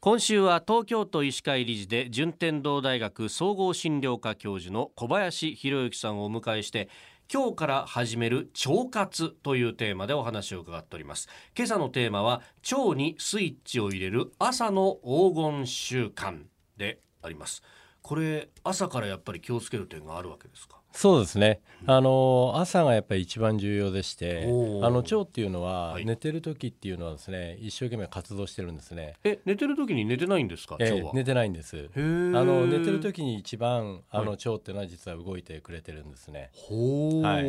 今週は東京都医師会理事で順天堂大学総合診療科教授の小林博之さんをお迎えして今日から始める腸活というテーマでお話を伺っております今朝のテーマは腸にスイッチを入れる朝の黄金習慣でありますこれ朝からやっぱり気をつける点があるわけですかそうですね、あの朝がやっぱり一番重要でしてあおーの腸っていうのは、はい寝てる時っていうのはですね一生懸命活動してるんですね、え寝てる時に寝てないんですかえ腸は、ー寝てないんですへあーの寝てる時に一番あはいの腸っていうのは実は動いてくれてるんですねほう、はい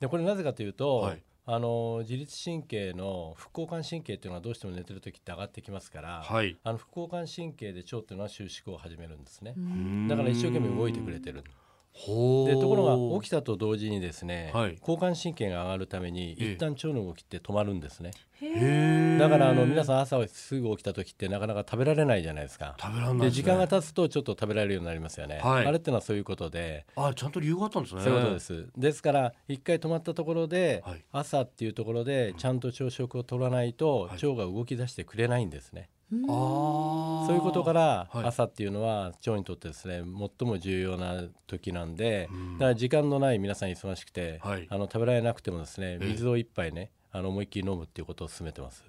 でこれなぜかというと、はいあの自律神経の副交感神経っていうのはどうしても寝てる時って上がってきますから、はいあの副交感神経で腸っていうのは収縮を始めるんですねう、んだから一生懸命動いてくれるてるほうでところが起きたと同時にですね、はい交感神経が上がるためにええ一旦腸の動きって止まるんですね、へーだからあの皆さん朝すぐ起きた時ってなかなか食べられないじゃないですか食べらんないでですね時間が経つとちょっと食べられるようになりますよね、はいあれってのはそういうことであちゃんと理由があったんですねそういうことですですから一回止まったところで、はい朝っていうところでちゃんと朝食を取らないとはい腸が動き出してくれないんですね、あーそういうことからはい朝っていうのは腸にとってですね最も重要な時なんで、うんだから時間のない皆さん忙しくて、はいあの食べられなくてもですねえ水を一杯ね、あの思いっきり飲むっていうことを勧めてます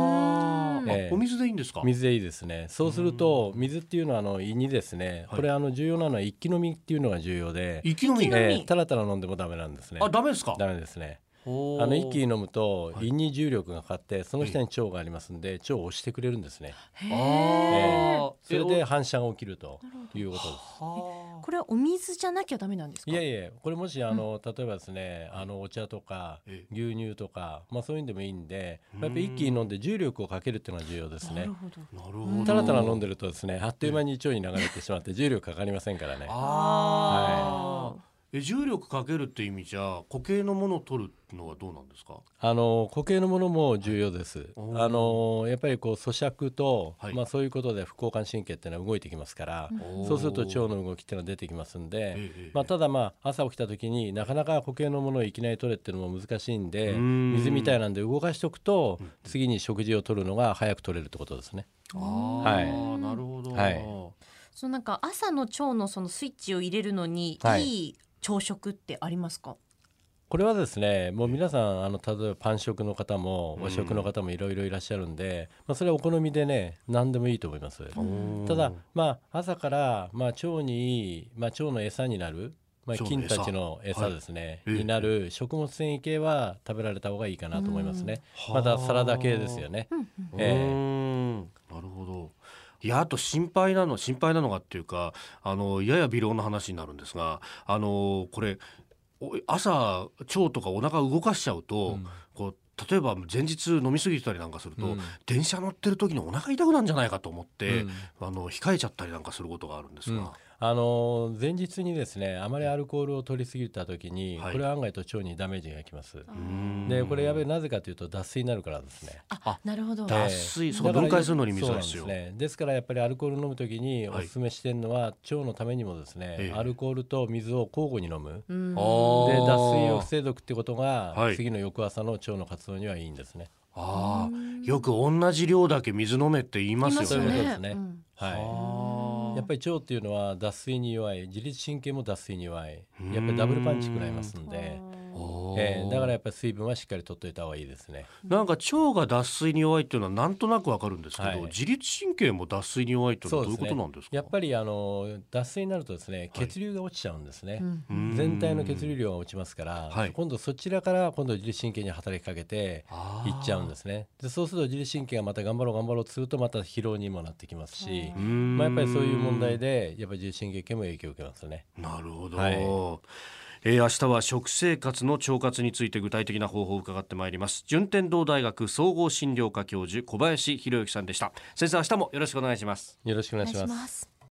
はーあ、ええお水でいいんですか水でいいですねそうすると水っていうのはあの胃にですね、はいこれあの重要なのは一気飲みっていうのが重要で、息のみ、えーたらたら飲んでもダメなんですねあダメですかダメですねほうあの一気に飲むとはい胃に重力がかかってその下に腸がありますんで腸を押してくれるんですね、へあーーそれでえ反射が起きるということですはこれはお水じゃなきゃダメなんですかいやいやこれもしあの、例えばですねあのお茶とかええ牛乳とか、まあ、そういうんでもいいんでうんやっぱり一気に飲んで重力をかけるっていうのは重要ですなねる。ほどあなるほどたらたら飲んででるとですねあっという間に腸に流れてしまって重力かかりませんからね。あー、はえ重力かけるって意味じゃ固形のものを取るのはどうなんですかあの固形のものも重要です。おーあのやっぱりこう咀嚼と、はいまあそういうことで副交感神経っていうのは動いてきますから、そうすると腸の、の動きっていうのは出てきますんで、ええええまあ、ただまあ朝起きた時になかなか固形のものをいきなり取れっていうのも難しいんでうーん水みたいなんで動かしておくとうん次に食事を取るのが早く取れるってことですね。あはーなるほど、はいそのなんか朝の腸のそのスイッチを入れるのにはいいい朝食ってありますか、これはですねもう皆さんあの例えばパン食の方もうん和食の方もいろいろいらっしゃるんで、まあ、それはお好みでね何でもいいと思います。おーただ、まあ、朝から、まあ、腸にいい、まあ、腸の餌になる、まあ、腸の菌餌たちの餌ですね、はいええになる食物繊維系は食べられた方がいいかなと思いますね、うんまたサラダ系ですよね、うんうんええうーんなるほどいやあと心配なの心配なのがっていうかあのやや微量の話になるんですがあのこれお朝腸とかお腹動かしちゃうと、うんこう例えば前日飲み過ぎたりなんかすると、うん電車乗ってる時にお腹痛くなんじゃないかと思って、うんあの控えちゃったりなんかすることがあるんですが、うんあの前日にですねあまりアルコールを取りすぎた時に、はいこれは案外と腸にダメージがきます、あうーんでこれやべえなぜかというと脱水になるからですねあなるほどええ脱水そうだから分解するのに水が必要そうなんですねですからやっぱりアルコール飲む時におはい勧めしてるのは、腸のためにもですね、ええアルコールと水を交互に飲むうんあでー脱水を防いどくってことが、はい次の翌朝の腸の活動にはいいんですね。あーよく同じ量だけ水飲めって言いますよね。そういうことですねんは。はいやっぱり腸っていうのは脱水に弱い自律神経も脱水に弱いやっぱりダブルパンチ食らいますんで、おーえーだからやっぱり水分はしっかりとっといた方がいいですね。なんか腸が脱水に弱いっていうのはなんとなくわかるんですけど、はい自律神経も脱水に弱いっていうのはどういうことなんですかやっぱりあの脱水になるとですねはい血流が落ちちゃうんですね。うんうーん全体の血流量が落ちますから、はい今度そちらから今度自律神経に働きかけてあいーっちゃうんですねでそうすると自律神経がまた頑張ろう頑張ろうとするとまた疲労にもなってきますしううー、んまあ、やっぱりそういう問題でやっぱり自律神経系も影響を受けますね。なるほど、はいえー明日は食生活の腸活について具体的な方法を伺ってまいります順天堂大学総合診療科教授小林博之さんでした先生明日もよろしくお願いしますよろしくおお願い願いしします。ます